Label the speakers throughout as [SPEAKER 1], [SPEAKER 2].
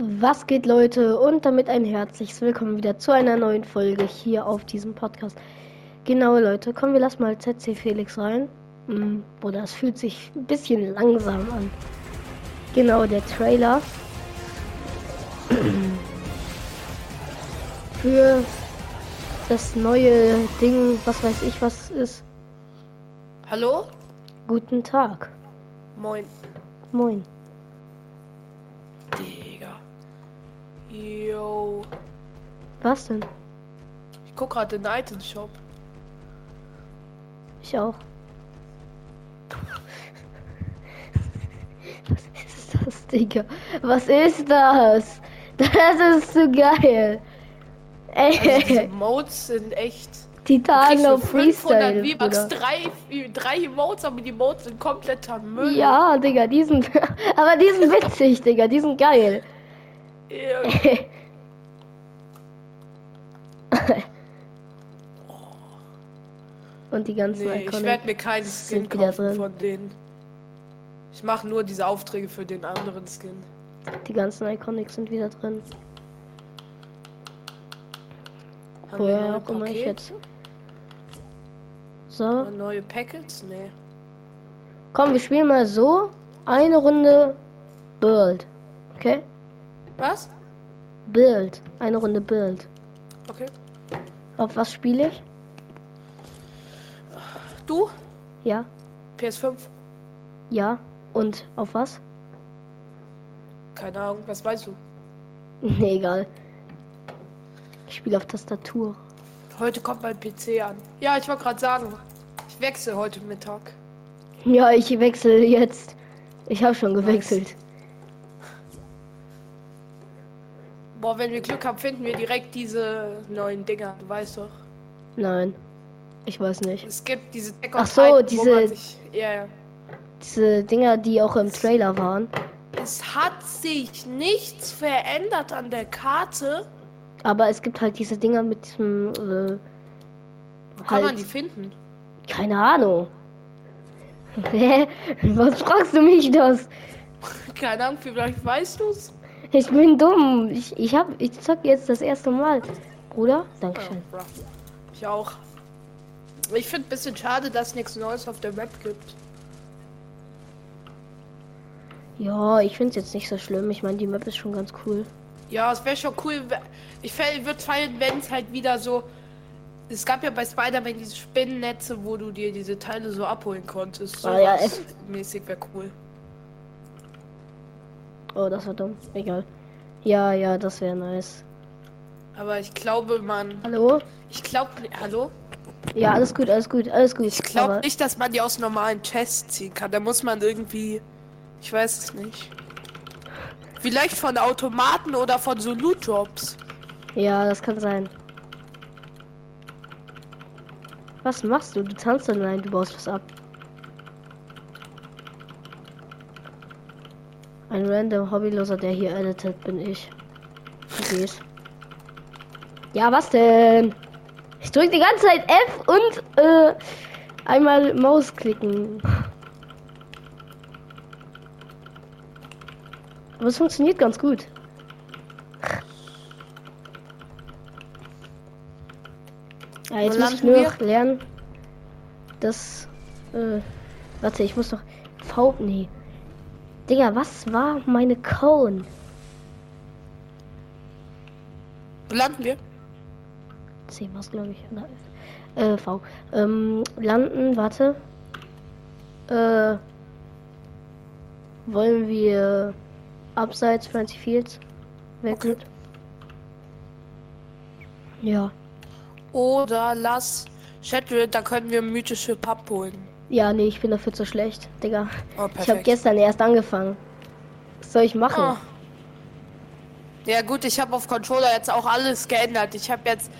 [SPEAKER 1] Was geht, Leute? Und damit ein herzliches Willkommen wieder zu einer neuen Folge hier auf diesem Podcast. Genau, Leute, komm, wir lassen mal ZC Felix rein. Hm, Bruder, es fühlt sich ein bisschen langsam an. Genau, der Trailer. Für das neue Ding, was weiß ich, was ist.
[SPEAKER 2] Hallo?
[SPEAKER 1] Guten Tag.
[SPEAKER 2] Moin.
[SPEAKER 1] Moin.
[SPEAKER 2] Digga. Yo.
[SPEAKER 1] Was denn?
[SPEAKER 2] Ich guck gerade in den Item Shop.
[SPEAKER 1] Ich auch. Was ist das, Digga? Was ist das? Das ist zu geil.
[SPEAKER 2] Also diese
[SPEAKER 1] Ey,
[SPEAKER 2] Modes sind echt.
[SPEAKER 1] die
[SPEAKER 2] Kriegst
[SPEAKER 1] Tage
[SPEAKER 2] du
[SPEAKER 1] auf Ah, Freestyle.
[SPEAKER 2] V-Bucks
[SPEAKER 1] Bruder.
[SPEAKER 2] drei, drei Emotes, aber die Emotes sind kompletter Müll.
[SPEAKER 1] Ja, Digga, die sind. Aber die sind witzig, Digga, die sind geil. Oh
[SPEAKER 2] Ew.
[SPEAKER 1] Und die ganzen
[SPEAKER 2] Nee, ich
[SPEAKER 1] Iconic.
[SPEAKER 2] werde mir keinen Skin
[SPEAKER 1] sind wieder
[SPEAKER 2] kaufen
[SPEAKER 1] drin.
[SPEAKER 2] von denen. Ich mache nur diese Aufträge für den anderen Skin.
[SPEAKER 1] Die ganzen Iconics sind wieder drin.
[SPEAKER 2] Haben wir
[SPEAKER 1] Woher
[SPEAKER 2] neue
[SPEAKER 1] auch immer ich
[SPEAKER 2] Pakete?
[SPEAKER 1] jetzt. So.
[SPEAKER 2] Neue Packets? Nee.
[SPEAKER 1] Komm, wir spielen mal so. Eine Runde Build. Okay?
[SPEAKER 2] Was?
[SPEAKER 1] Build. Eine Runde Build.
[SPEAKER 2] Okay.
[SPEAKER 1] Auf was spiele ich?
[SPEAKER 2] Du?
[SPEAKER 1] Ja.
[SPEAKER 2] PS5?
[SPEAKER 1] Ja. Und auf was?
[SPEAKER 2] Keine Ahnung, was weißt du?
[SPEAKER 1] Nee, egal. Ich spiele auf Tastatur.
[SPEAKER 2] Heute kommt mein PC an. Ja, ich wollte gerade sagen, ich wechsle heute Mittag.
[SPEAKER 1] Ja, ich wechsle jetzt. Ich habe schon gewechselt.
[SPEAKER 2] Boah, wenn wir Glück haben, finden wir direkt diese neuen Dinger. Du weißt doch.
[SPEAKER 1] Nein. Ich weiß nicht.
[SPEAKER 2] Es gibt diese Tech
[SPEAKER 1] Ach so, diese-
[SPEAKER 2] sich, ja, ja.
[SPEAKER 1] Diese Dinger, die auch im Trailer waren.
[SPEAKER 2] Es hat sich nichts verändert an der Karte.
[SPEAKER 1] Aber es gibt halt diese Dinger mit diesem. Äh,
[SPEAKER 2] Wo kann
[SPEAKER 1] Halt.
[SPEAKER 2] man die finden?
[SPEAKER 1] keine Ahnung. Hä? Was fragst du mich das?
[SPEAKER 2] Keine Ahnung, vielleicht weißt du es.
[SPEAKER 1] Ich bin dumm. Ich, ich hab, ich zock jetzt das erste Mal. Bruder, Dankeschön.
[SPEAKER 2] Ich auch. Ich finde ein bisschen schade, dass nichts Neues auf der Map gibt.
[SPEAKER 1] Ja, ich find's jetzt nicht so schlimm. Ich meine, die Map ist schon ganz cool.
[SPEAKER 2] Ja, es wäre schon cool. we- Ich würde feiern, wenn es halt wieder so. Es gab ja bei Spider-Man diese Spinnennetze, wo du dir diese Teile so abholen konntest. So
[SPEAKER 1] Ah ja, es-
[SPEAKER 2] mäßig wäre cool.
[SPEAKER 1] Oh, das war dumm. Egal. Ja, ja, das wäre nice.
[SPEAKER 2] Aber ich glaube, man.
[SPEAKER 1] Hallo?
[SPEAKER 2] Ich glaube. Hallo?
[SPEAKER 1] Ja, alles gut, alles gut, alles gut.
[SPEAKER 2] Ich glaube
[SPEAKER 1] Aber-
[SPEAKER 2] nicht, dass man die aus normalen Chests ziehen kann. Da muss man irgendwie. Ich weiß es nicht. Vielleicht von Automaten oder von so Loot-Drops.
[SPEAKER 1] Ja, das kann sein. Was machst du? Du tanzt dann nein, du baust was ab. Ein random Hobbyloser, der hier editet, bin ich. Ich seh's. Ja, was denn? Ich drück die ganze Zeit F und äh, einmal Maus klicken. Aber es funktioniert ganz gut. Ja, jetzt
[SPEAKER 2] Wo
[SPEAKER 1] muss ich
[SPEAKER 2] landen
[SPEAKER 1] nur noch lernen, dass. Äh, warte, ich muss noch. V. Nee. Digga, was war meine Cone?
[SPEAKER 2] Wo landen wir?
[SPEAKER 1] C war es, glaube ich. Oder, äh, V. Ähm, landen, warte. Äh, wollen wir abseits Francie Fields wechseln? Ja.
[SPEAKER 2] Oder lass. Shadow, da können wir mythische Papp holen.
[SPEAKER 1] Ja, nee, ich bin dafür zu schlecht, Digga.
[SPEAKER 2] Oh,
[SPEAKER 1] Ich habe gestern erst angefangen. Was soll ich machen?
[SPEAKER 2] Ah. Ja gut, ich habe auf Controller jetzt auch alles geändert. Ich habe jetzt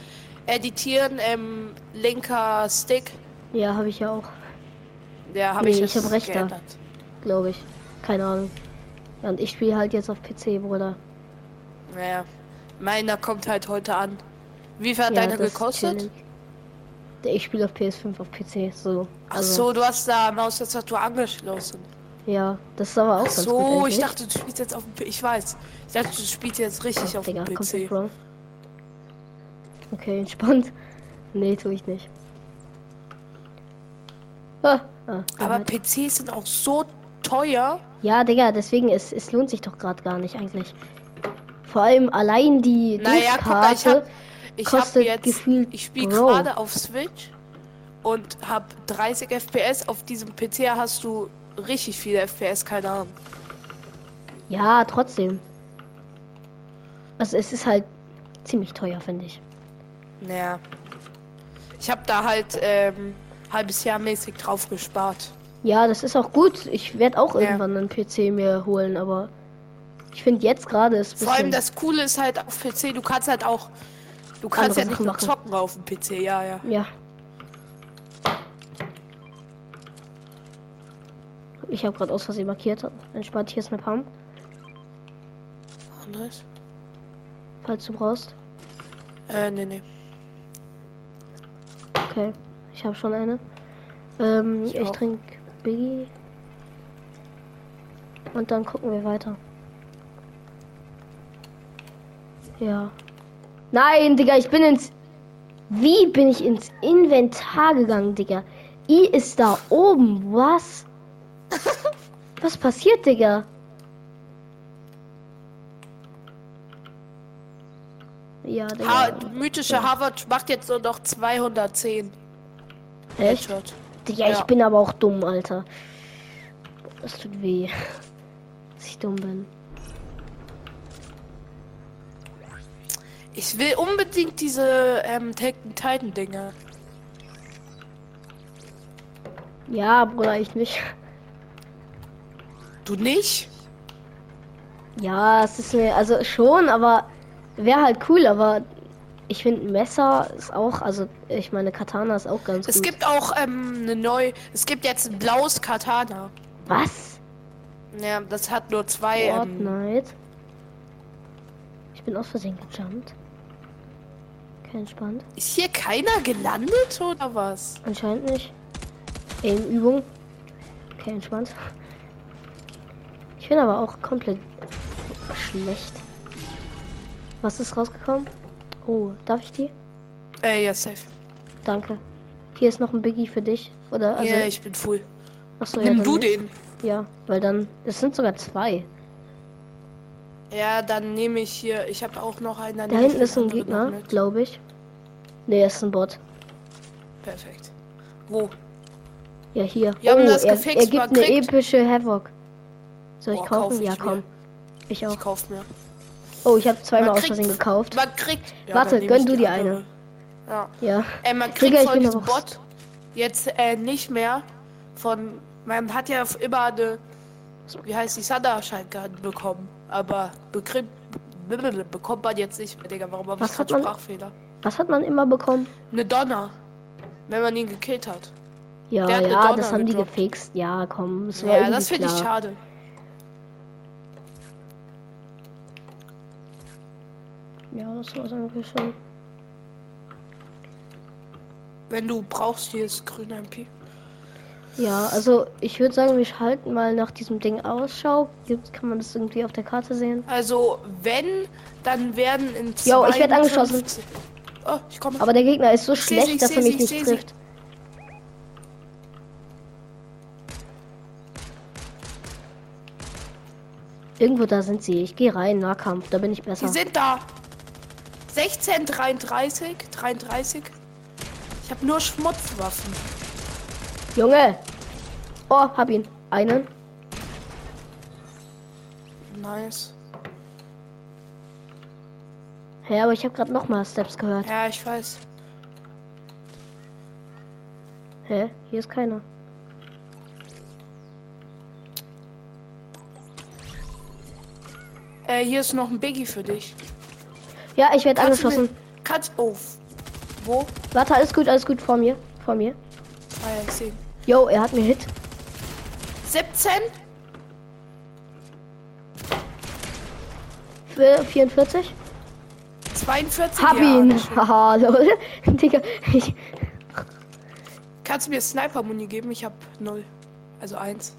[SPEAKER 2] editieren ähm, linker Stick.
[SPEAKER 1] Ja, habe ich ja auch,
[SPEAKER 2] Der habe
[SPEAKER 1] Nee,
[SPEAKER 2] ich
[SPEAKER 1] ich
[SPEAKER 2] jetzt
[SPEAKER 1] hab rechter.
[SPEAKER 2] geändert.
[SPEAKER 1] glaube ich. Keine Ahnung. Ja, und ich spiele halt jetzt auf PC, Bruder.
[SPEAKER 2] Naja, meiner kommt halt heute an. Wie viel hat
[SPEAKER 1] ja,
[SPEAKER 2] deiner
[SPEAKER 1] das ist
[SPEAKER 2] gekostet?
[SPEAKER 1] chillig. Ich spiele auf PS5 auf PC, so. Also
[SPEAKER 2] Ach so, du hast da Maustastatur angeschlossen.
[SPEAKER 1] Ja, das ist aber auch ganz gut.
[SPEAKER 2] So, ich
[SPEAKER 1] eigentlich.
[SPEAKER 2] dachte, du spielst jetzt auf dem P Ich weiß. Ich dachte, du spielst jetzt richtig
[SPEAKER 1] Ach,
[SPEAKER 2] auf dem
[SPEAKER 1] Digga, komplett
[SPEAKER 2] PC.
[SPEAKER 1] wrong. Okay, entspannt. Nee, tue ich nicht. Ah, ah,
[SPEAKER 2] Aber
[SPEAKER 1] damit-
[SPEAKER 2] PCs sind auch so teuer.
[SPEAKER 1] ja, Digga, deswegen, es, es lohnt sich doch gerade gar nicht eigentlich. Vor allem allein die
[SPEAKER 2] Naja, guck mal, ich
[SPEAKER 1] Dingskarte.
[SPEAKER 2] hab, ich hab
[SPEAKER 1] kostet
[SPEAKER 2] jetzt,
[SPEAKER 1] gefühlt
[SPEAKER 2] ich spiele
[SPEAKER 1] Bro.
[SPEAKER 2] gerade auf Switch und hab 30 FPS. Auf diesem PC hast du richtig viele FPS, keine Ahnung.
[SPEAKER 1] Ja, trotzdem. Also es ist halt ziemlich teuer, finde ich.
[SPEAKER 2] Naja. Ich hab da halt ähm, halbes Jahr mäßig drauf gespart.
[SPEAKER 1] Ja, das ist auch gut. Ich werde auch
[SPEAKER 2] Ja.
[SPEAKER 1] irgendwann einen PC mir holen, aber ich finde jetzt gerade ist
[SPEAKER 2] Vor allem das Coole ist halt auf PC, du kannst halt auch. Du kannst
[SPEAKER 1] Andere
[SPEAKER 2] ja nicht
[SPEAKER 1] Sachen
[SPEAKER 2] nur
[SPEAKER 1] machen.
[SPEAKER 2] zocken auf dem PC, ja, ja.
[SPEAKER 1] Ja. Ich habe gerade aus Versehen markiert. Entspannt, hier ist eine Pam,
[SPEAKER 2] Andres?
[SPEAKER 1] falls du brauchst.
[SPEAKER 2] Äh, nee, nee.
[SPEAKER 1] Okay, ich habe schon eine. Ähm,
[SPEAKER 2] Ich
[SPEAKER 1] ich
[SPEAKER 2] auch.
[SPEAKER 1] trinke Biggie. Und dann gucken wir weiter. Ja. Nein, Digga, ich bin ins. Wie bin ich ins Inventar gegangen, Digga? I ist da oben. Was? Was passiert, Digga? Ja,
[SPEAKER 2] Ha
[SPEAKER 1] Digga.
[SPEAKER 2] mythische Harvard macht jetzt nur noch 210
[SPEAKER 1] Echt?
[SPEAKER 2] Headshot.
[SPEAKER 1] Digga, ich
[SPEAKER 2] Ja.
[SPEAKER 1] bin aber auch dumm, Alter. Das tut weh. Dass ich dumm bin.
[SPEAKER 2] Ich will unbedingt diese ähm, Tekken Titan Dinger.
[SPEAKER 1] Ja, Bruder, ich nicht.
[SPEAKER 2] Du nicht?
[SPEAKER 1] Ja, es ist mir, also schon, aber wäre halt cool, aber ich finde Messer ist auch, also ich meine Katana ist auch ganz
[SPEAKER 2] Es
[SPEAKER 1] gut.
[SPEAKER 2] gibt auch ähm, eine neue. Es gibt jetzt ein blaues Katana.
[SPEAKER 1] Was?
[SPEAKER 2] Ja, das hat nur zwei. Ähm,
[SPEAKER 1] Fortnite. Ich bin aus Versehen gejumpt. Okay, entspannt.
[SPEAKER 2] ist hier keiner gelandet oder was?
[SPEAKER 1] Anscheinend nicht. In Übung. Okay, entspannt. Ich bin aber auch komplett schlecht. Was ist rausgekommen? Oh, darf ich die?
[SPEAKER 2] Äh, ja, safe.
[SPEAKER 1] Danke. Hier ist noch ein Biggie für dich. Oder? Also,
[SPEAKER 2] ja, ich bin full.
[SPEAKER 1] achso, ja,
[SPEAKER 2] Nimm
[SPEAKER 1] dann
[SPEAKER 2] du
[SPEAKER 1] nicht.
[SPEAKER 2] den.
[SPEAKER 1] Ja, weil dann. Es sind sogar zwei.
[SPEAKER 2] Ja, dann nehme ich hier. Ich habe auch noch einen. dann
[SPEAKER 1] Da
[SPEAKER 2] nehme ich
[SPEAKER 1] hinten
[SPEAKER 2] den
[SPEAKER 1] ist ein
[SPEAKER 2] anderen noch
[SPEAKER 1] Gegner,
[SPEAKER 2] mit.
[SPEAKER 1] glaube ich. Ne, ist ein Bot.
[SPEAKER 2] Perfekt. Wo?
[SPEAKER 1] Ja, hier. Oh,
[SPEAKER 2] Wir haben das
[SPEAKER 1] er,
[SPEAKER 2] gefixt,
[SPEAKER 1] er gibt
[SPEAKER 2] man
[SPEAKER 1] eine
[SPEAKER 2] kriegt-
[SPEAKER 1] epische Havoc. Soll ich
[SPEAKER 2] Boah, kauf
[SPEAKER 1] kaufen?
[SPEAKER 2] ich
[SPEAKER 1] ja,
[SPEAKER 2] mir.
[SPEAKER 1] komm. Ich auch.
[SPEAKER 2] Ich kauf mir.
[SPEAKER 1] Oh, ich habe zweimal
[SPEAKER 2] Man
[SPEAKER 1] aus
[SPEAKER 2] kriegt-
[SPEAKER 1] Versehen gekauft.
[SPEAKER 2] Man kriegt. Ja,
[SPEAKER 1] Warte,
[SPEAKER 2] dann nehme
[SPEAKER 1] gönn
[SPEAKER 2] ich
[SPEAKER 1] du
[SPEAKER 2] die
[SPEAKER 1] dir
[SPEAKER 2] andere. Ja.
[SPEAKER 1] Ja.
[SPEAKER 2] Ey, Äh, man kriegt
[SPEAKER 1] Digga, ich
[SPEAKER 2] von
[SPEAKER 1] bin
[SPEAKER 2] diesem
[SPEAKER 1] aber auch-
[SPEAKER 2] Bot jetzt äh, nicht mehr von. Man hat ja immer eine. Wie heißt die Sanderscheinkarte bekommen. Aber bekriegt. Bekommt man jetzt nicht mehr, Digga. Warum habe ich
[SPEAKER 1] Was hat
[SPEAKER 2] gerade
[SPEAKER 1] man-
[SPEAKER 2] Sprachfehler?
[SPEAKER 1] Was hat man immer bekommen?
[SPEAKER 2] Eine Donner. Wenn man ihn gekillt hat.
[SPEAKER 1] Ja,
[SPEAKER 2] Der hat eine
[SPEAKER 1] ja,
[SPEAKER 2] Donner
[SPEAKER 1] das haben die
[SPEAKER 2] gedroppt.
[SPEAKER 1] gefixt. Ja, komm, es war
[SPEAKER 2] Ja,
[SPEAKER 1] irgendwie
[SPEAKER 2] das finde ich
[SPEAKER 1] klar.
[SPEAKER 2] schade.
[SPEAKER 1] Ja, das war's eigentlich schon.
[SPEAKER 2] Wenn du brauchst, hier ist grün MP.
[SPEAKER 1] Ja, also ich würde sagen, wir halten mal nach diesem Ding Ausschau. Gibt, kann man das irgendwie auf der Karte sehen?
[SPEAKER 2] Also, wenn, dann werden in zwei.
[SPEAKER 1] Jo, ich werd angeschossen.
[SPEAKER 2] 52 Oh, ich komme.
[SPEAKER 1] Aber der Gegner ist so
[SPEAKER 2] seh
[SPEAKER 1] schlecht,
[SPEAKER 2] sie, ich
[SPEAKER 1] dass er
[SPEAKER 2] seh
[SPEAKER 1] mich
[SPEAKER 2] sie, ich
[SPEAKER 1] nicht
[SPEAKER 2] seh sie.
[SPEAKER 1] trifft. Irgendwo da sind sie. Ich gehe rein, Nahkampf, da bin ich
[SPEAKER 2] Die
[SPEAKER 1] besser.
[SPEAKER 2] sind da. 16, 33, 33. Ich habe nur Schmutzwaffen.
[SPEAKER 1] Junge! Oh, hab ihn. Einen.
[SPEAKER 2] Nice.
[SPEAKER 1] Hä, aber ich habe gerade nochmal Steps gehört.
[SPEAKER 2] Ja, ich weiß.
[SPEAKER 1] Hä? Hier ist keiner.
[SPEAKER 2] Äh, hier ist noch ein Biggie für dich.
[SPEAKER 1] Ja, ich werde
[SPEAKER 2] Kannst du
[SPEAKER 1] angeschossen.
[SPEAKER 2] mir- Kannst auf. Wo?
[SPEAKER 1] Warte, alles gut, alles gut, vor mir. Vor mir.
[SPEAKER 2] Ah, ja, ich seh. ihn.
[SPEAKER 1] Yo, er hat mir Hit.
[SPEAKER 2] 17?
[SPEAKER 1] Für 44.
[SPEAKER 2] 42?
[SPEAKER 1] Hab
[SPEAKER 2] Ja,
[SPEAKER 1] ihn.
[SPEAKER 2] schön.
[SPEAKER 1] Haha, lol. Digga, ich.
[SPEAKER 2] Kannst du mir Sniper-Muni geben? Ich hab null. Also eins.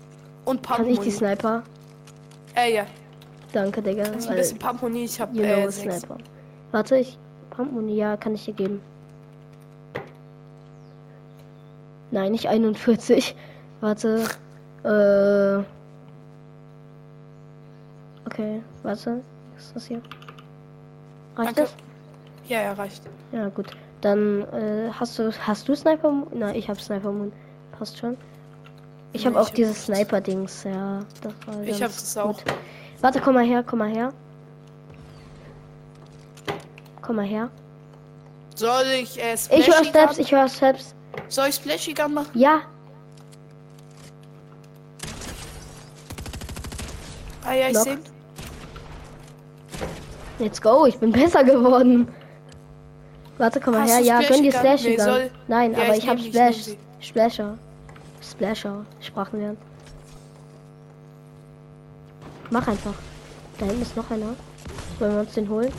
[SPEAKER 2] Und
[SPEAKER 1] Kann ich die
[SPEAKER 2] Pumpmuni.
[SPEAKER 1] Sniper?
[SPEAKER 2] Äh, ja.
[SPEAKER 1] Danke, Digga.
[SPEAKER 2] Ich ein
[SPEAKER 1] weil-
[SPEAKER 2] bisschen Pumpmuni. Ich hab,
[SPEAKER 1] You
[SPEAKER 2] äh,
[SPEAKER 1] know
[SPEAKER 2] sechs.
[SPEAKER 1] Sniper. Warte, ich. Pumpmuni, ja, kann ich dir geben. Nein, nicht 41. Warte. Äh. Okay, warte. Ist das hier? Reicht
[SPEAKER 2] Danke.
[SPEAKER 1] das?
[SPEAKER 2] Ja, ja, reicht.
[SPEAKER 1] Ja, gut. Dann äh, hast du hast du Sniper Moon? Nein, ich habe Sniper Moon. Passt schon. Ich
[SPEAKER 2] Nee,
[SPEAKER 1] habe auch
[SPEAKER 2] ich hab
[SPEAKER 1] dieses
[SPEAKER 2] nichts.
[SPEAKER 1] Sniper Dings, ja. Das war
[SPEAKER 2] Ich hab
[SPEAKER 1] ganz
[SPEAKER 2] das auch.
[SPEAKER 1] gut. Warte, komm mal her, komm mal her. Komm mal her.
[SPEAKER 2] Soll ich äh,
[SPEAKER 1] Ich höre
[SPEAKER 2] Splashy
[SPEAKER 1] Steps,
[SPEAKER 2] Gun?
[SPEAKER 1] ich höre Steps.
[SPEAKER 2] Soll ich Splashy Gun machen?
[SPEAKER 1] Ja,
[SPEAKER 2] Ah ja, ich
[SPEAKER 1] Knock.
[SPEAKER 2] seh.
[SPEAKER 1] let's go. Ich bin besser geworden. Warte, komm mal
[SPEAKER 2] Hast
[SPEAKER 1] her.
[SPEAKER 2] du
[SPEAKER 1] Ja, gönn dir
[SPEAKER 2] Splashy Gun?
[SPEAKER 1] Slashy
[SPEAKER 2] Nee,
[SPEAKER 1] Gun.
[SPEAKER 2] soll-
[SPEAKER 1] Nein,
[SPEAKER 2] Ja,
[SPEAKER 1] aber
[SPEAKER 2] ich
[SPEAKER 1] ich, hab
[SPEAKER 2] nehm
[SPEAKER 1] habe
[SPEAKER 2] die, ich nehm
[SPEAKER 1] Splash. Splasher. Splasher. Sprachen lernen. Mach einfach. Da hinten ist noch einer. Wollen wir uns den holen?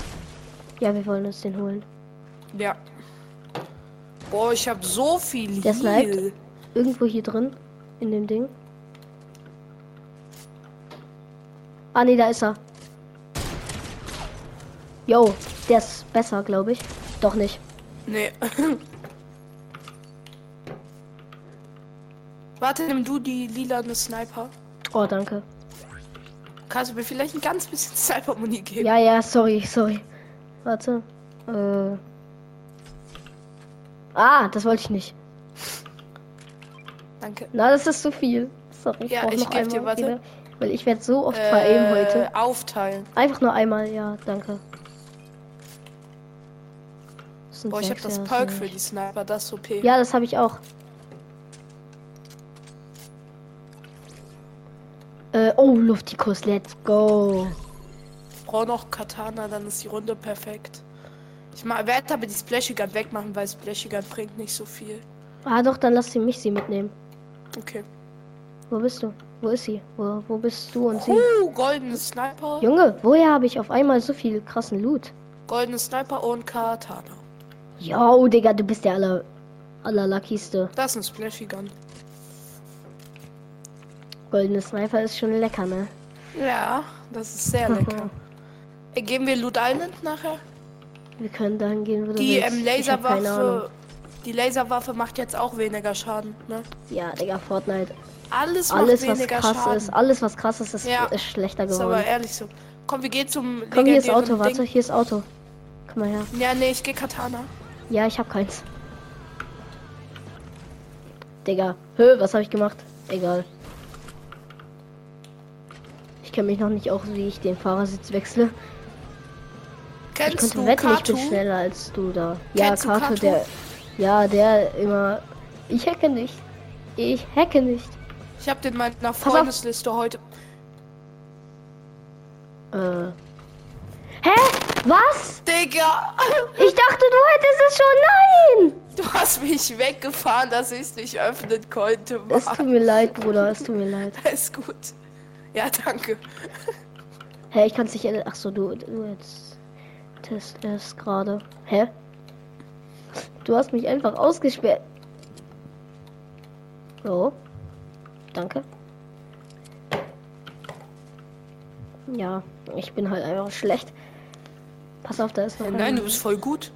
[SPEAKER 1] Ja, wir wollen uns den holen.
[SPEAKER 2] Ja. Boah, ich hab so viel
[SPEAKER 1] Der
[SPEAKER 2] Heal.
[SPEAKER 1] sniped. Irgendwo hier drin. In dem Ding. Ah, nee, da ist er. Yo, der ist besser, glaube ich. Doch nicht.
[SPEAKER 2] Nee. Warte, nimm du die lilane Sniper.
[SPEAKER 1] Oh, danke.
[SPEAKER 2] Kannst du mir vielleicht ein ganz bisschen Sniper-Muni geben?
[SPEAKER 1] Ja, ja, sorry, sorry. Warte. Äh. Ah, das wollte ich nicht.
[SPEAKER 2] Danke.
[SPEAKER 1] Na, das ist zu viel. Sorry, ich
[SPEAKER 2] Ja,
[SPEAKER 1] brauch
[SPEAKER 2] ich
[SPEAKER 1] noch
[SPEAKER 2] geb
[SPEAKER 1] einmal
[SPEAKER 2] dir, warte. Äh.
[SPEAKER 1] wieder. Weil ich werde so oft veraimen heute.
[SPEAKER 2] Aufteilen.
[SPEAKER 1] Einfach nur einmal, ja, danke. Das sind
[SPEAKER 2] Boah, ich hab
[SPEAKER 1] sechs,
[SPEAKER 2] das
[SPEAKER 1] ja,
[SPEAKER 2] Perk
[SPEAKER 1] sind
[SPEAKER 2] für
[SPEAKER 1] nicht-
[SPEAKER 2] die Sniper, das ist OP.
[SPEAKER 1] Ja, das habe ich auch. Äh, oh, Luftikus, let's go.
[SPEAKER 2] Ich brauch noch Katana, dann ist die Runde perfekt. Ich ma- werd aber die Splashy Gun wegmachen, weil Splashy Gun bringt nicht so viel.
[SPEAKER 1] Ah, doch, dann lass sie mich sie mitnehmen.
[SPEAKER 2] Okay.
[SPEAKER 1] Wo bist du? Wo ist sie? Wo, wo bist du und sie?
[SPEAKER 2] Uh, goldene Sniper.
[SPEAKER 1] Junge, woher habe ich auf einmal so viel krassen Loot?
[SPEAKER 2] Goldene Sniper und Katana.
[SPEAKER 1] Yo, oh, Digga, du bist der aller, allerluckigste.
[SPEAKER 2] Das ist ein Splashy Gun.
[SPEAKER 1] Goldene Sniper ist schon lecker, ne?
[SPEAKER 2] Ja, das ist sehr lecker. Äh, Gehen wir Loot Island nachher?
[SPEAKER 1] Wir können dahin gehen, wo du
[SPEAKER 2] Die
[SPEAKER 1] willst.
[SPEAKER 2] ähm,
[SPEAKER 1] Ich hab keine Ahnung.
[SPEAKER 2] Laserwaffe. Die Laserwaffe macht jetzt auch weniger Schaden, ne?
[SPEAKER 1] Ja, Digga, Fortnite.
[SPEAKER 2] Alles,
[SPEAKER 1] Alles,
[SPEAKER 2] macht
[SPEAKER 1] was
[SPEAKER 2] weniger
[SPEAKER 1] krass
[SPEAKER 2] Schaden.
[SPEAKER 1] ist, also- alles, was krass ist, ist,
[SPEAKER 2] Ja.
[SPEAKER 1] ist schlechter
[SPEAKER 2] ist aber
[SPEAKER 1] geworden.
[SPEAKER 2] ehrlich so. Komm, wir gehen zum
[SPEAKER 1] Komm, hier ist
[SPEAKER 2] legendären
[SPEAKER 1] Auto, warte,
[SPEAKER 2] Ding.
[SPEAKER 1] hier ist Auto. Komm mal her.
[SPEAKER 2] Ja, nee, ich gehe Katana.
[SPEAKER 1] Ja, ich hab keins. Digga, hö, was habe ich gemacht? Egal. Ich kenne mich noch nicht auch, wie ich den Fahrersitz wechsle. Ich
[SPEAKER 2] Kennst
[SPEAKER 1] könnte
[SPEAKER 2] du
[SPEAKER 1] wetten, ich
[SPEAKER 2] Katu?
[SPEAKER 1] bin schneller als du da. Ja,
[SPEAKER 2] Kennst du
[SPEAKER 1] Kato,
[SPEAKER 2] Kato?
[SPEAKER 1] der. Ja, der immer. Ich hacke nicht. Ich hacke nicht.
[SPEAKER 2] Ich habe den mal nach
[SPEAKER 1] auf.
[SPEAKER 2] Freundesliste heute.
[SPEAKER 1] Äh. Hä? Was?
[SPEAKER 2] Digga,
[SPEAKER 1] Ich dachte, du hättest es schon. Nein!
[SPEAKER 2] du hast mich weggefahren, dass ich es nicht öffnen konnte.
[SPEAKER 1] Es
[SPEAKER 2] Mann.
[SPEAKER 1] tut mir leid, Bruder. Es tut mir leid.
[SPEAKER 2] Ist gut. Ja, danke.
[SPEAKER 1] Hä, ich kann es nicht. in- Ach so, du, du jetzt. Test es gerade. Hä? Du hast mich einfach ausgesperrt. So. Danke. Ja, ich bin halt einfach schlecht. Pass auf, da ist noch einer.
[SPEAKER 2] Nein, du bist voll gut.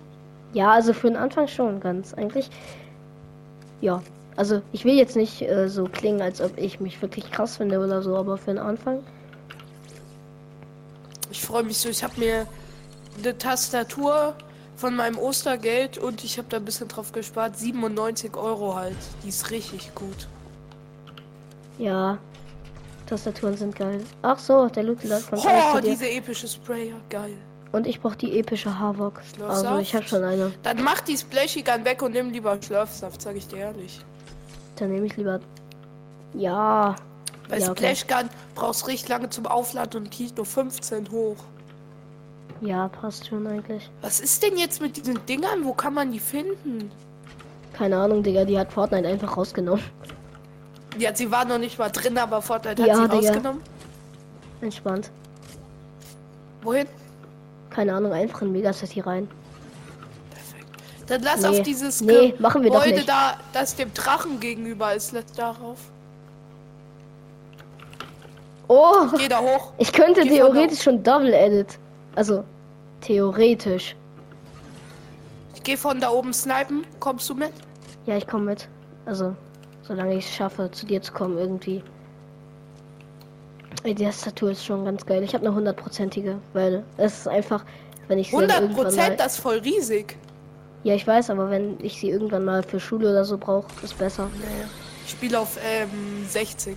[SPEAKER 1] Ja, also für den Anfang schon ganz eigentlich. Ja, also ich will jetzt nicht äh, so klingen, als ob ich mich wirklich krass finde oder so, aber für den Anfang.
[SPEAKER 2] Ich freue mich so. Ich habe mir eine Tastatur von meinem Ostergeld und ich habe da ein bisschen drauf gespart. 97 Euro halt. Die ist richtig gut.
[SPEAKER 1] Ja. Tastaturen sind geil. Ach so, der Loot Lord kommt alles
[SPEAKER 2] Oh,
[SPEAKER 1] zu dir.
[SPEAKER 2] diese epische Sprayer. Geil.
[SPEAKER 1] Und ich brauche die epische Havok.
[SPEAKER 2] Schlafsaft.
[SPEAKER 1] Also ich habe schon eine.
[SPEAKER 2] Dann mach die Splashy Gun weg und nimm lieber Schlafsaft, sag ich dir ehrlich.
[SPEAKER 1] Dann nehme ich lieber. Ja.
[SPEAKER 2] Weil
[SPEAKER 1] Ja, okay.
[SPEAKER 2] Splash Gun brauchst richtig lange zum Aufladen und geht nur 15 hoch.
[SPEAKER 1] Ja, passt schon eigentlich.
[SPEAKER 2] Was ist denn jetzt mit diesen Dingern? Wo kann man die finden?
[SPEAKER 1] Keine Ahnung, Digga, die hat Fortnite einfach rausgenommen.
[SPEAKER 2] Ja, sie war noch nicht mal drin, aber Fortnite hat
[SPEAKER 1] Ja,
[SPEAKER 2] sie
[SPEAKER 1] Digga.
[SPEAKER 2] rausgenommen.
[SPEAKER 1] Entspannt.
[SPEAKER 2] Wohin?
[SPEAKER 1] Keine Ahnung, einfach in Megacity rein.
[SPEAKER 2] Dann lass
[SPEAKER 1] Nee.
[SPEAKER 2] auf dieses
[SPEAKER 1] Nee, machen wir doch
[SPEAKER 2] Gebäude
[SPEAKER 1] nicht.
[SPEAKER 2] da, das dem Drachen gegenüber ist. Lass darauf.
[SPEAKER 1] Oh,
[SPEAKER 2] Geh da hoch.
[SPEAKER 1] ich könnte
[SPEAKER 2] Geh von
[SPEAKER 1] theoretisch schon Double Edit. Also, theoretisch.
[SPEAKER 2] Ich geh von da oben snipen. Kommst du mit?
[SPEAKER 1] Ja, ich komme mit. Also, solange ich es schaffe, zu dir zu kommen irgendwie. Ey, die Tastatur ist schon ganz geil. Ich habe eine hundertprozentige, weil es ist einfach, wenn ich sie dann
[SPEAKER 2] 100
[SPEAKER 1] irgendwann mal...
[SPEAKER 2] Prozent, das ist voll riesig.
[SPEAKER 1] Ja, ich weiß, aber wenn ich sie irgendwann mal für Schule oder so brauche, ist besser.
[SPEAKER 2] Ich spiele auf ähm, 60.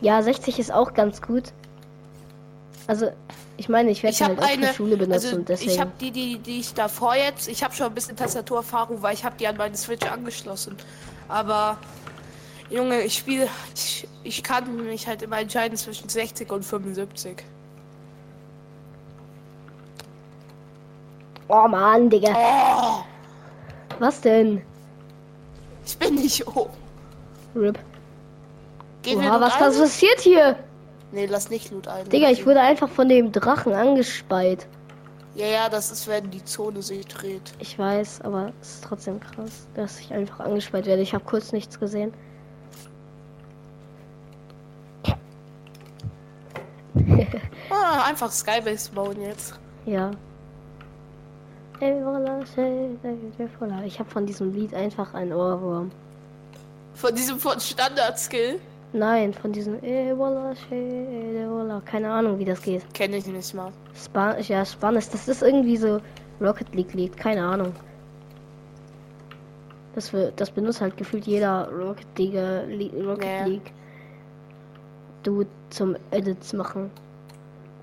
[SPEAKER 1] Ja, 60 ist auch ganz gut. Also, ich meine, ich werde
[SPEAKER 2] Ich
[SPEAKER 1] sie halt
[SPEAKER 2] habe
[SPEAKER 1] auch für
[SPEAKER 2] eine.
[SPEAKER 1] Schule benutzen
[SPEAKER 2] Also
[SPEAKER 1] und deswegen.
[SPEAKER 2] ich habe die, die, die ich davor jetzt. Ich habe schon ein bisschen Tastaturerfahrung, weil ich habe die an meine Switch angeschlossen. Aber Junge, ich spiele, ich, ich kann mich halt immer entscheiden zwischen 60 und 75.
[SPEAKER 1] Oh Mann, Digga.
[SPEAKER 2] Oh,
[SPEAKER 1] Was denn?
[SPEAKER 2] ich bin nicht oben.
[SPEAKER 1] Rip.
[SPEAKER 2] Gehen wir
[SPEAKER 1] Oha,
[SPEAKER 2] Loot
[SPEAKER 1] was
[SPEAKER 2] ein?
[SPEAKER 1] was passiert hier?
[SPEAKER 2] Nee, lass nicht Loot ein.
[SPEAKER 1] Digga, ich wurde einfach von dem Drachen angespeit.
[SPEAKER 2] Ja, ja, das ist, wenn die Zone sich dreht.
[SPEAKER 1] Ich weiß, aber es ist trotzdem krass, dass ich einfach angespeit werde. Ich habe kurz nichts gesehen.
[SPEAKER 2] Ah, einfach Skybase bauen jetzt.
[SPEAKER 1] Ja. Ich habe von diesem Lied einfach einen Ohrwurm.
[SPEAKER 2] Von diesem von Standard-Skill.
[SPEAKER 1] Nein, von diesem. Keine Ahnung, wie das geht.
[SPEAKER 2] Kenne ich nicht mal.
[SPEAKER 1] Spanisch, ja, Spanisch. Das ist irgendwie so Rocket League Lied. Keine Ahnung. Das, wir, das benutzt halt gefühlt jeder Rocket League, äh, Li- Rocket
[SPEAKER 2] Ja.
[SPEAKER 1] League Dude zum Edits machen.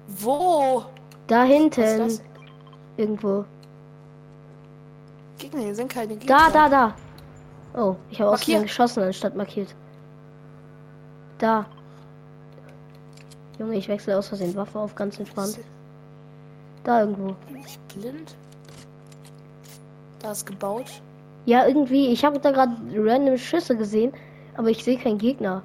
[SPEAKER 2] Wo?
[SPEAKER 1] Da
[SPEAKER 2] Was
[SPEAKER 1] hinten.
[SPEAKER 2] ist
[SPEAKER 1] Irgendwo.
[SPEAKER 2] Gegner, hier sind keine Gegner.
[SPEAKER 1] Da, da, da. Oh, ich habe
[SPEAKER 2] Markiert.
[SPEAKER 1] ausgesehen geschossen anstatt markiert. Da. Junge, ich wechsle aus Versehen Waffe auf ganz entspannt. Da irgendwo.
[SPEAKER 2] Bin ich blind? Da ist gebaut.
[SPEAKER 1] Ja, irgendwie. Ich habe da gerade random Schüsse gesehen, aber ich sehe keinen Gegner.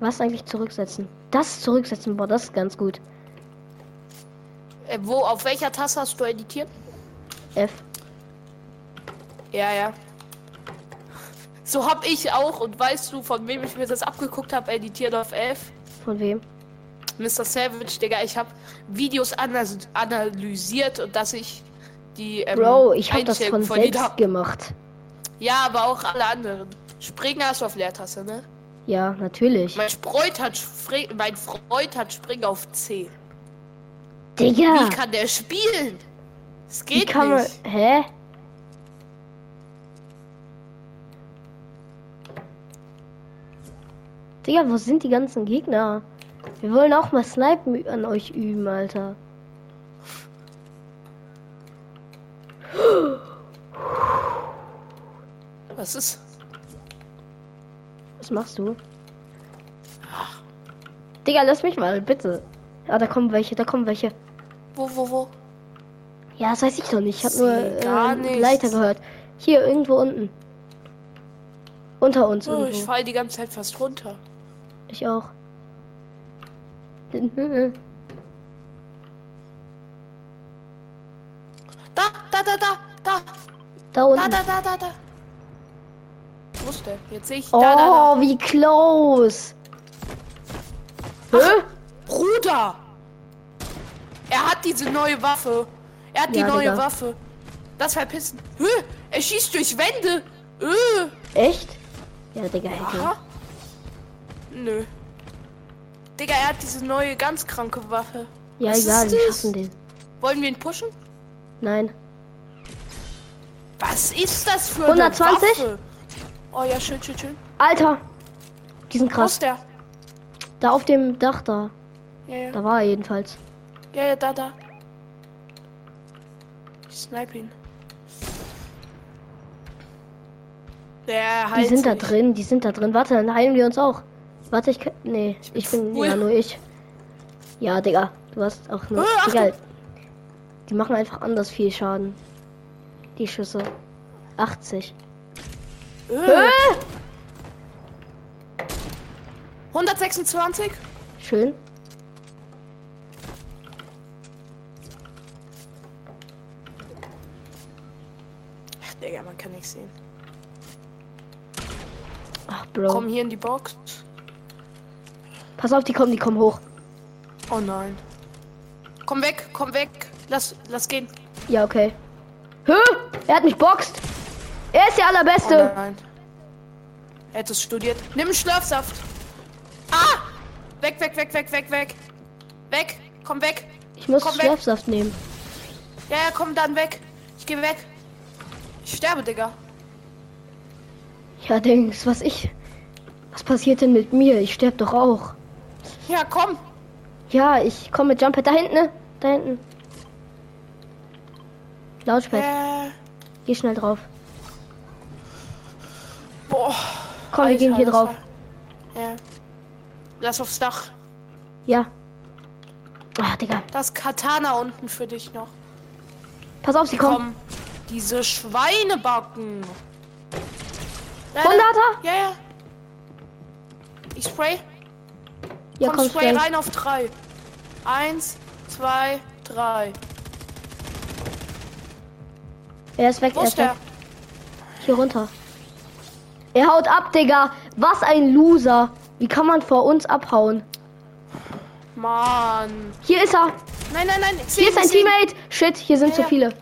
[SPEAKER 1] Was eigentlich zurücksetzen? Das zurücksetzen, boah, das ist ganz gut.
[SPEAKER 2] Äh, wo, auf welcher Taste hast du editiert?
[SPEAKER 1] F.
[SPEAKER 2] Ja, ja. So hab ich auch und weißt du, von wem ich mir das abgeguckt habe, editiert auf 11?
[SPEAKER 1] Von wem?
[SPEAKER 2] Mr. Savage, Digga, ich habe Videos anas- analysiert und dass ich die ähm,
[SPEAKER 1] Bro, ich habe das
[SPEAKER 2] Einstellung
[SPEAKER 1] von
[SPEAKER 2] jeder-
[SPEAKER 1] selbst gemacht.
[SPEAKER 2] Ja, aber auch alle anderen. Springer ist auf Leertaste, ne?
[SPEAKER 1] Ja, natürlich.
[SPEAKER 2] Mein, Freund hat Spre mein Freund hat Springer auf C.
[SPEAKER 1] Digga!
[SPEAKER 2] Wie kann der spielen? Es geht
[SPEAKER 1] Wie kann man.
[SPEAKER 2] nicht.
[SPEAKER 1] Hä? Digga, wo sind die ganzen Gegner? Wir wollen auch mal Snipen ü- an euch üben, Alter.
[SPEAKER 2] Was ist?
[SPEAKER 1] Was machst du? Digga, lass mich mal, bitte. Ah, da kommen welche, da kommen welche.
[SPEAKER 2] Wo, wo, wo?
[SPEAKER 1] Ja, das weiß ich doch nicht. Ich habe
[SPEAKER 2] Seh
[SPEAKER 1] nur
[SPEAKER 2] gar
[SPEAKER 1] äh,
[SPEAKER 2] nichts.
[SPEAKER 1] Leiter gehört. Hier, irgendwo unten. Unter uns.
[SPEAKER 2] Oh,
[SPEAKER 1] irgendwo.
[SPEAKER 2] ich fall die ganze Zeit fast runter.
[SPEAKER 1] Ich auch.
[SPEAKER 2] Da, da, da, da, da,
[SPEAKER 1] Da
[SPEAKER 2] da,
[SPEAKER 1] unten.
[SPEAKER 2] da, da, da, da. Wo ist der? Jetzt sehe ich. Da,
[SPEAKER 1] Oh,
[SPEAKER 2] da,
[SPEAKER 1] wie close. Hä?
[SPEAKER 2] da. Bruder! Er hat diese neue Waffe. Er hat die
[SPEAKER 1] Ja,
[SPEAKER 2] neue
[SPEAKER 1] Digga.
[SPEAKER 2] Waffe. Das verpissen. Hö, er schießt durch Wände. Öh.
[SPEAKER 1] Echt? Ja, Digga, hätte.
[SPEAKER 2] Aha. Nö. Digga, er hat diese neue ganz kranke Waffe.
[SPEAKER 1] Ja,
[SPEAKER 2] Was
[SPEAKER 1] egal,
[SPEAKER 2] ist
[SPEAKER 1] wir
[SPEAKER 2] das?
[SPEAKER 1] schaffen den.
[SPEAKER 2] Wollen wir ihn pushen?
[SPEAKER 1] Nein.
[SPEAKER 2] Was ist das für
[SPEAKER 1] 120?
[SPEAKER 2] eine Waffe? Oh ja, schön, schön, schön.
[SPEAKER 1] Alter! Die sind
[SPEAKER 2] Wo
[SPEAKER 1] krass.
[SPEAKER 2] ist der?
[SPEAKER 1] Da auf dem Dach da.
[SPEAKER 2] Ja, ja.
[SPEAKER 1] Da war er jedenfalls.
[SPEAKER 2] Ja, ja, da, da. Ich snipe ihn. Der
[SPEAKER 1] Die
[SPEAKER 2] halt.
[SPEAKER 1] sind da
[SPEAKER 2] sich.
[SPEAKER 1] drin, die sind da drin. Warte, dann heilen wir uns auch. Warte, ich kann. Nee, ich bin.
[SPEAKER 2] full.
[SPEAKER 1] Ja, nur ich. Ja, Digga, du hast auch nur.
[SPEAKER 2] Äh, Achtung.
[SPEAKER 1] Egal. Die machen einfach anders viel Schaden. Die Schüsse. 80.
[SPEAKER 2] Äh. 126?
[SPEAKER 1] Schön.
[SPEAKER 2] Digga, man kann nichts sehen.
[SPEAKER 1] Ach, Bro.
[SPEAKER 2] Komm hier in die Box.
[SPEAKER 1] Pass auf, die kommen, die kommen hoch.
[SPEAKER 2] Oh nein. Komm weg, komm weg. Lass, lass gehen.
[SPEAKER 1] Ja, okay. Hä? Er hat mich boxt. Er ist der
[SPEAKER 2] Oh
[SPEAKER 1] Allerbeste.
[SPEAKER 2] nein. Er hat es studiert. Nimm einen Schlafsaft. Ah! Weg, weg, weg, weg, weg, weg. Weg, komm weg.
[SPEAKER 1] ich muss
[SPEAKER 2] komm weg.
[SPEAKER 1] Schlafsaft nehmen.
[SPEAKER 2] Ja, ja, komm dann weg. Ich geh weg. Ich sterbe, Digga.
[SPEAKER 1] Ja, Dings, was ich. Was passiert denn mit mir? Ich sterb doch auch.
[SPEAKER 2] Ja, komm.
[SPEAKER 1] Ja, ich komme mit Jumper. Da hinten, ne? Da hinten. Lautspät.
[SPEAKER 2] Äh,
[SPEAKER 1] Geh schnell drauf.
[SPEAKER 2] boah.
[SPEAKER 1] Komm, wir
[SPEAKER 2] Alter,
[SPEAKER 1] gehen hier
[SPEAKER 2] das
[SPEAKER 1] drauf.
[SPEAKER 2] war- Ja. Lass aufs Dach.
[SPEAKER 1] Ja. Ach, Digga.
[SPEAKER 2] Das Katana unten für dich noch.
[SPEAKER 1] Pass auf, sie
[SPEAKER 2] Komm.
[SPEAKER 1] kommen.
[SPEAKER 2] Diese Schweinebacken. Ja,
[SPEAKER 1] Komm. 100
[SPEAKER 2] Ja, ja. Ich spray.
[SPEAKER 1] Ja,
[SPEAKER 2] komm,
[SPEAKER 1] komm,
[SPEAKER 2] spray
[SPEAKER 1] schnell.
[SPEAKER 2] rein auf drei. Eins, zwei, drei.
[SPEAKER 1] Er ist weg,
[SPEAKER 2] Wo
[SPEAKER 1] er
[SPEAKER 2] ist
[SPEAKER 1] ist weg.
[SPEAKER 2] der?
[SPEAKER 1] Hier runter. Er haut ab, Digga. Was ein Loser. Wie kann man vor uns abhauen?
[SPEAKER 2] Mann.
[SPEAKER 1] Hier ist er.
[SPEAKER 2] Nein, nein, nein. ich seh
[SPEAKER 1] Hier
[SPEAKER 2] ihn,
[SPEAKER 1] ist ein
[SPEAKER 2] ich seh ihn.
[SPEAKER 1] Teammate. Shit, hier sind
[SPEAKER 2] Ja,
[SPEAKER 1] zu
[SPEAKER 2] ja.
[SPEAKER 1] viele.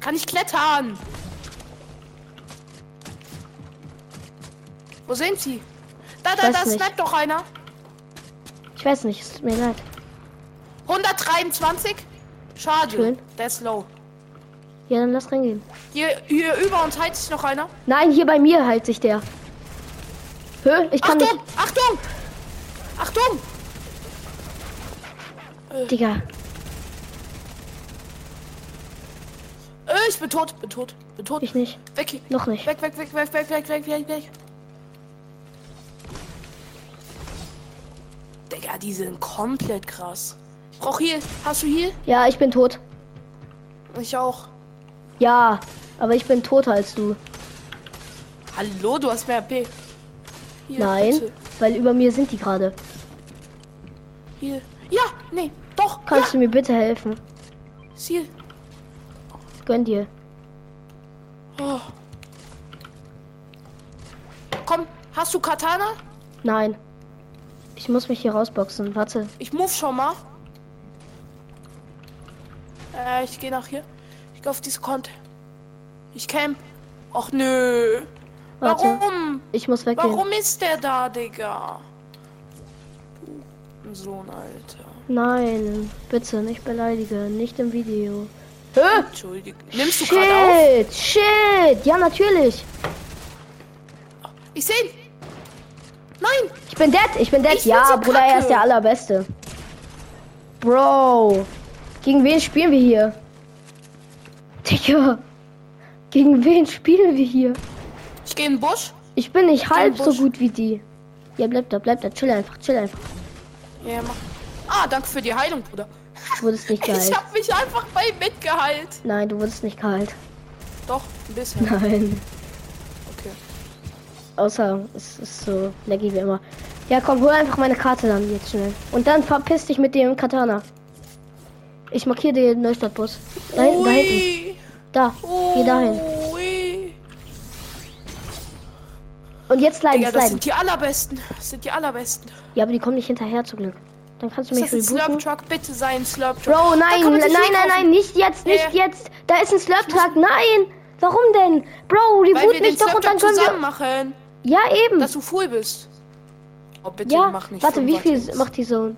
[SPEAKER 2] Kann ich klettern? Wo sind sie? Da, da,
[SPEAKER 1] Weiß
[SPEAKER 2] da
[SPEAKER 1] nicht.
[SPEAKER 2] sniped doch einer.
[SPEAKER 1] Ich weiß nicht, es tut mir leid.
[SPEAKER 2] 123? Schade.
[SPEAKER 1] Schön.
[SPEAKER 2] Der ist low.
[SPEAKER 1] Ja, dann lass reingehen.
[SPEAKER 2] Hier, hier über uns heizt sich noch einer.
[SPEAKER 1] Nein, hier bei mir hält sich der. Hö, ich kann
[SPEAKER 2] Achtung! Achtung! Achtung!
[SPEAKER 1] nicht. Digga.
[SPEAKER 2] Äh, ich bin tot, bin tot, bin tot.
[SPEAKER 1] Ich nicht.
[SPEAKER 2] Weg, hier.
[SPEAKER 1] Noch nicht.
[SPEAKER 2] weg, weg, weg, weg, weg, weg, weg, weg, weg. Digga, die sind komplett krass. Ich brauch Heal. Hast du Heal?
[SPEAKER 1] Ja, ich bin tot.
[SPEAKER 2] Ich auch.
[SPEAKER 1] Ja, aber ich bin toter als du.
[SPEAKER 2] Hallo, du hast mehr AP. Hier,
[SPEAKER 1] Nein,
[SPEAKER 2] bitte.
[SPEAKER 1] weil über mir sind die gerade.
[SPEAKER 2] Hier. Ja, nee, doch.
[SPEAKER 1] Kannst
[SPEAKER 2] ja.
[SPEAKER 1] du mir bitte helfen?
[SPEAKER 2] Ziel.
[SPEAKER 1] Gönn dir.
[SPEAKER 2] Oh. Komm, hast du Katana?
[SPEAKER 1] Nein. Ich muss mich hier rausboxen. Warte.
[SPEAKER 2] Ich move schon mal. Äh, ich gehe nach hier. Ich gehe auf diese Kante. Ich camp. Och nö.
[SPEAKER 1] Warte.
[SPEAKER 2] Warum?
[SPEAKER 1] Ich muss weggehen.
[SPEAKER 2] Warum ist der da, Digga? Du Sohn, Alter.
[SPEAKER 1] Nein, bitte nicht beleidigen. Nicht im Video. Hä?
[SPEAKER 2] Entschuldigung. Nimmst du gerade
[SPEAKER 1] Shit,
[SPEAKER 2] auf?
[SPEAKER 1] shit. Ja, natürlich.
[SPEAKER 2] Ich seh ihn. Nein,
[SPEAKER 1] Ich bin dead, ich bin dead.
[SPEAKER 2] Ich bin
[SPEAKER 1] ja,
[SPEAKER 2] so
[SPEAKER 1] Bruder, er
[SPEAKER 2] kacke.
[SPEAKER 1] ist der allerbeste. Bro. Gegen wen spielen wir hier? Digga. Gegen wen spielen wir hier?
[SPEAKER 2] ich gehe in den Busch.
[SPEAKER 1] Ich bin nicht halb so
[SPEAKER 2] Busch.
[SPEAKER 1] gut wie die. Ja, bleib da, bleib da. Chill einfach, chill einfach.
[SPEAKER 2] Ja, mach. Ah, danke für die Heilung, Bruder.
[SPEAKER 1] Du wurdest nicht geheilt.
[SPEAKER 2] Ich hab mich einfach bei ihm mitgeheilt.
[SPEAKER 1] Nein, du wurdest nicht geheilt.
[SPEAKER 2] Doch, ein bisschen.
[SPEAKER 1] Nein.
[SPEAKER 2] Okay.
[SPEAKER 1] Außer es ist so laggy wie immer. Ja, komm, hol einfach meine Karte dann jetzt schnell. Und dann verpiss dich mit dem Katana. Ich markiere den Neustadtbus. Da hinten, da hinten.
[SPEAKER 2] Ui.
[SPEAKER 1] Da, geh dahin.
[SPEAKER 2] Ui.
[SPEAKER 1] Und jetzt leiden,
[SPEAKER 2] Digga,
[SPEAKER 1] jetzt
[SPEAKER 2] das
[SPEAKER 1] leiden.
[SPEAKER 2] sind die allerbesten. Das sind die allerbesten.
[SPEAKER 1] Ja, aber die kommen nicht hinterher zum Glück. Dann kannst du
[SPEAKER 2] Ist
[SPEAKER 1] mich
[SPEAKER 2] das ein
[SPEAKER 1] rebooten.
[SPEAKER 2] Slurp-Truck? Bitte sei ein Slurp-Truck.
[SPEAKER 1] Bro,
[SPEAKER 2] Da
[SPEAKER 1] nein,
[SPEAKER 2] kann man
[SPEAKER 1] nein,
[SPEAKER 2] sich
[SPEAKER 1] nein,
[SPEAKER 2] hinkaufen.
[SPEAKER 1] nein, nicht jetzt, nicht
[SPEAKER 2] Ja,
[SPEAKER 1] jetzt. Da ist ein Slurp-Truck, nein. Warum denn? Bro,
[SPEAKER 2] Weil wir
[SPEAKER 1] reboot
[SPEAKER 2] den
[SPEAKER 1] mich doch und dann
[SPEAKER 2] Slurp-Truck
[SPEAKER 1] können
[SPEAKER 2] zusammen
[SPEAKER 1] wir...
[SPEAKER 2] machen,
[SPEAKER 1] Ja, eben.
[SPEAKER 2] dass du full bist. Oh, bitte
[SPEAKER 1] ja,
[SPEAKER 2] mach nicht
[SPEAKER 1] warte, wie viel
[SPEAKER 2] 25.
[SPEAKER 1] macht die Zone?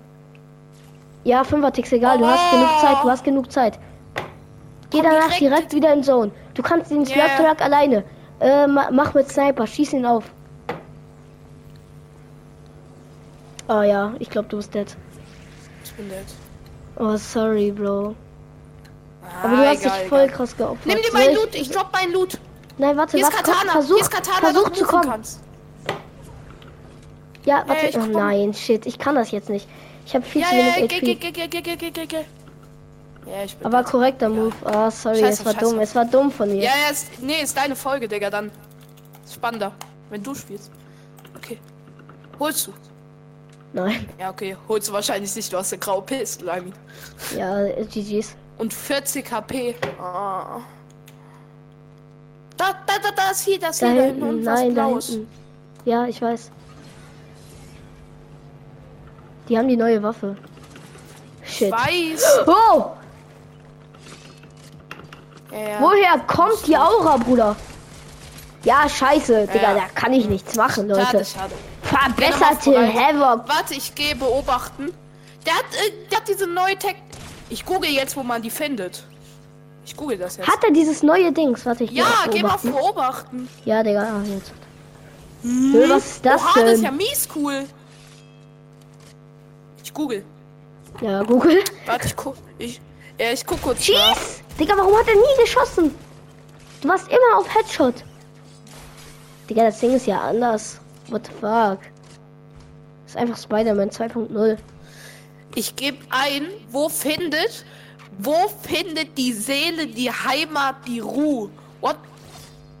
[SPEAKER 1] Ja, 5er Ticks, egal, du hast
[SPEAKER 2] Oh.
[SPEAKER 1] genug Zeit, du hast genug Zeit. Geh
[SPEAKER 2] Komm
[SPEAKER 1] danach direkt,
[SPEAKER 2] direkt.
[SPEAKER 1] wieder in Zone. Du kannst den
[SPEAKER 2] Oh, Ja.
[SPEAKER 1] Slurp-Truck alleine. Äh, ma mach mit Sniper, schieß ihn auf. Oh ja, ich glaube, du bist dead.
[SPEAKER 2] Ich bin dead.
[SPEAKER 1] Oh, sorry, Bro.
[SPEAKER 2] Ah,
[SPEAKER 1] Aber du hast
[SPEAKER 2] egal,
[SPEAKER 1] dich voll
[SPEAKER 2] egal.
[SPEAKER 1] krass geopfert.
[SPEAKER 2] Nimm dir
[SPEAKER 1] Soll
[SPEAKER 2] meinen
[SPEAKER 1] ich-
[SPEAKER 2] Loot, ich drop meinen Loot.
[SPEAKER 1] Nein, warte,
[SPEAKER 2] Hier ist
[SPEAKER 1] warte. komm,
[SPEAKER 2] Katana,
[SPEAKER 1] versuch,
[SPEAKER 2] hier ist Katana,
[SPEAKER 1] versuch
[SPEAKER 2] dass du
[SPEAKER 1] zu
[SPEAKER 2] rufen
[SPEAKER 1] kommen.
[SPEAKER 2] Kannst.
[SPEAKER 1] Ja, warte.
[SPEAKER 2] ich
[SPEAKER 1] oh
[SPEAKER 2] komm.
[SPEAKER 1] nein, shit, ich kann das jetzt nicht. Ich habe viel
[SPEAKER 2] Ja,
[SPEAKER 1] zu
[SPEAKER 2] ja,
[SPEAKER 1] wenig
[SPEAKER 2] ja,
[SPEAKER 1] HP.
[SPEAKER 2] geh, geh, geh, geh, geh, geh, geh, geh. Ja, ich bin
[SPEAKER 1] Aber
[SPEAKER 2] dead.
[SPEAKER 1] korrekter Move. Ah, sorry,
[SPEAKER 2] Scheiße,
[SPEAKER 1] es war
[SPEAKER 2] scheiße.
[SPEAKER 1] dumm. Es war dumm von mir.
[SPEAKER 2] Ja, ja, ist, nee, ist deine Folge, Digga, dann. Ist spannender, wenn du spielst. Okay. Holst du?
[SPEAKER 1] Nein.
[SPEAKER 2] Ja, okay, holst du wahrscheinlich nicht, du hast eine graue Pistole, I mean.
[SPEAKER 1] Ja, äh, GG's.
[SPEAKER 2] Und 40 HP. Ah. Da, da, da, da ist hier, das ist
[SPEAKER 1] Da
[SPEAKER 2] hier, da hinten
[SPEAKER 1] hinten,
[SPEAKER 2] und was
[SPEAKER 1] nein, da
[SPEAKER 2] Blaues.
[SPEAKER 1] hinten. Ja, ich weiß. Die haben die neue Waffe. Shit.
[SPEAKER 2] Weiß.
[SPEAKER 1] Oh!
[SPEAKER 2] Ja, ja.
[SPEAKER 1] Woher kommt die Aura, Bruder? Ja, scheiße, Digga,
[SPEAKER 2] Ja.
[SPEAKER 1] da kann ich nichts machen,
[SPEAKER 2] Schade,
[SPEAKER 1] Leute.
[SPEAKER 2] schade.
[SPEAKER 1] Verbesserte
[SPEAKER 2] Ja, dann mach's bereit.
[SPEAKER 1] Havoc.
[SPEAKER 2] Warte, ich gehe beobachten. Der hat, äh, der hat diese neue Tech. Ich google jetzt, wo man die findet. Ich google das jetzt.
[SPEAKER 1] Hat er dieses neue Dings? Warte, ich geh
[SPEAKER 2] ja,
[SPEAKER 1] auf
[SPEAKER 2] geh mal auf
[SPEAKER 1] beobachten.
[SPEAKER 2] beobachten.
[SPEAKER 1] Ja, Digga, ah, jetzt. Nö, was ist das
[SPEAKER 2] Oha, das ist ja
[SPEAKER 1] denn?
[SPEAKER 2] mies cool. Ich google.
[SPEAKER 1] Ja, Google.
[SPEAKER 2] Warte, ich guck. Ich, ja, ich guck kurz. nach.
[SPEAKER 1] Schieß! Digga, warum hat er nie geschossen? Du warst immer auf Headshot. Digga, das Ding ist ja anders. What the fuck? Ist einfach Spider-Man 2.0.
[SPEAKER 2] Ich gebe ein, wo findet. Wo findet die Seele, die Heimat, die Ruhe? What?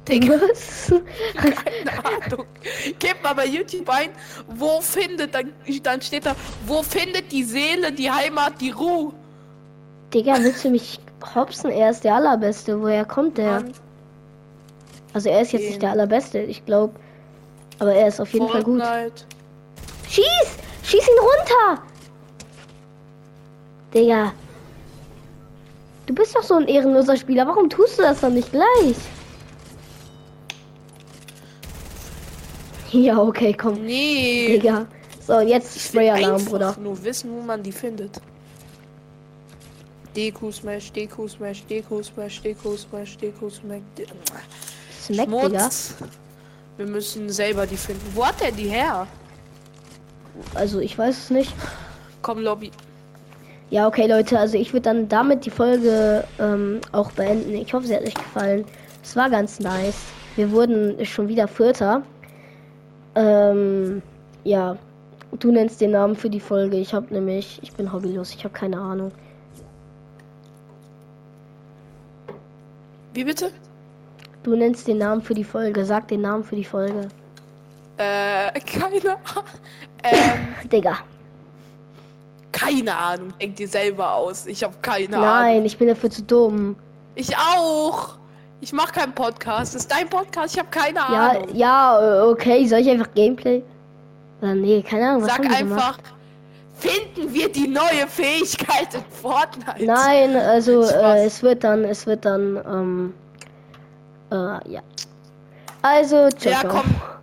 [SPEAKER 2] Digga.
[SPEAKER 1] Was?
[SPEAKER 2] Keine Ahnung. Gebt mal bei YouTube ein, wo findet, dann, dann steht da, wo findet die Seele, die Heimat, die Ruhe?
[SPEAKER 1] Digga, willst du mich hopsen? Er ist der Allerbeste. Woher kommt der?
[SPEAKER 2] Mann,
[SPEAKER 1] Also er ist jetzt
[SPEAKER 2] den.
[SPEAKER 1] nicht der Allerbeste, ich glaube. Aber er ist auf jeden Fall gut.
[SPEAKER 2] Fortnite.
[SPEAKER 1] Schieß! Schieß ihn runter! Digga. Du bist doch so ein ehrenloser Spieler. Warum tust du das dann nicht gleich? Ja, okay, komm.
[SPEAKER 2] Nee.
[SPEAKER 1] Digga. So, und jetzt
[SPEAKER 2] Ich will
[SPEAKER 1] Spray-Alarm,
[SPEAKER 2] einfach
[SPEAKER 1] Bruder.
[SPEAKER 2] nur wissen, wo man die findet. Deko Smash, Deko Smash, Deko Smash, Deko Smash, Deko Smash. De-
[SPEAKER 1] Smack, Digga.
[SPEAKER 2] Schmutz. Wir müssen selber die finden. Wo hat der die her?
[SPEAKER 1] Also, ich weiß es nicht.
[SPEAKER 2] Komm, Lobby.
[SPEAKER 1] Ja, okay, Leute, also ich würde dann damit die Folge ähm, auch beenden. Ich hoffe, sie hat euch gefallen. Es war ganz nice. Wir wurden schon wieder Vierter. Ähm, ja, du nennst den Namen für die Folge. Ich habe nämlich, ich bin hobbylos, ich habe keine Ahnung.
[SPEAKER 2] Wie bitte?
[SPEAKER 1] Du nennst den Namen für die Folge. Sag den Namen für die Folge.
[SPEAKER 2] Äh, keine Ahnung. Ähm.
[SPEAKER 1] Digga.
[SPEAKER 2] Keine Ahnung, denk dir selber aus. Ich habe keine Ahnung.
[SPEAKER 1] Nein, ich bin dafür zu dumm.
[SPEAKER 2] Ich auch. Ich mache keinen Podcast. Das ist dein Podcast. Ich habe keine
[SPEAKER 1] Ja,
[SPEAKER 2] Ahnung.
[SPEAKER 1] ja, äh, okay, soll ich einfach Gameplay? Oder nee, keine Ahnung, was
[SPEAKER 2] Sag
[SPEAKER 1] haben wir gemacht?
[SPEAKER 2] einfach, finden wir die neue Fähigkeit in Fortnite.
[SPEAKER 1] Nein, also
[SPEAKER 2] Spaß.
[SPEAKER 1] äh, es wird dann, es wird dann, ähm, äh, ja. Also, ciao,
[SPEAKER 2] Ja,
[SPEAKER 1] ciao.
[SPEAKER 2] komm.